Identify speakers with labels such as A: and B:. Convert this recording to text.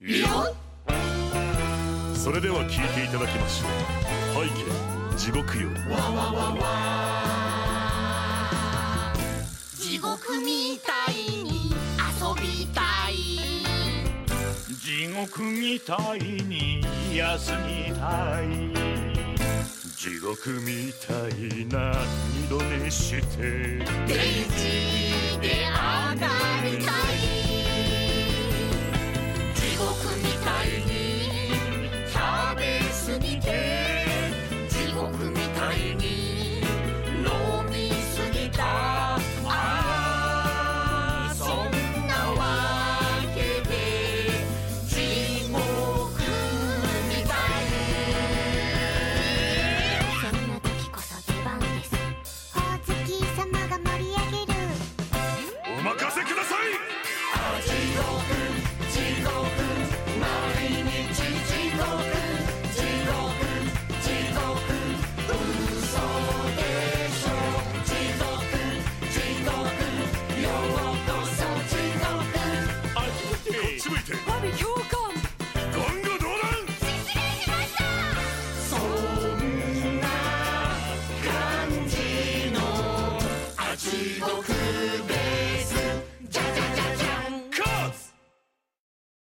A: いやそれでは聞いていただきましょう背景地獄よ
B: 地獄みたいに遊びたい
C: 地獄みたいに休みたい
A: 地獄みたいな二度寝して
B: デイジーで上がりたい地獄みたいに食べ過ぎて地獄みたいに飲み過ぎたああそんなわけで地獄みたい
D: そんな時こそ出番ですほおずき様が盛り上げる
A: お任せください
C: あちこ
A: こっち向いて
E: 我们勇敢。
A: 言語道断
D: 失礼しました
B: 地獄で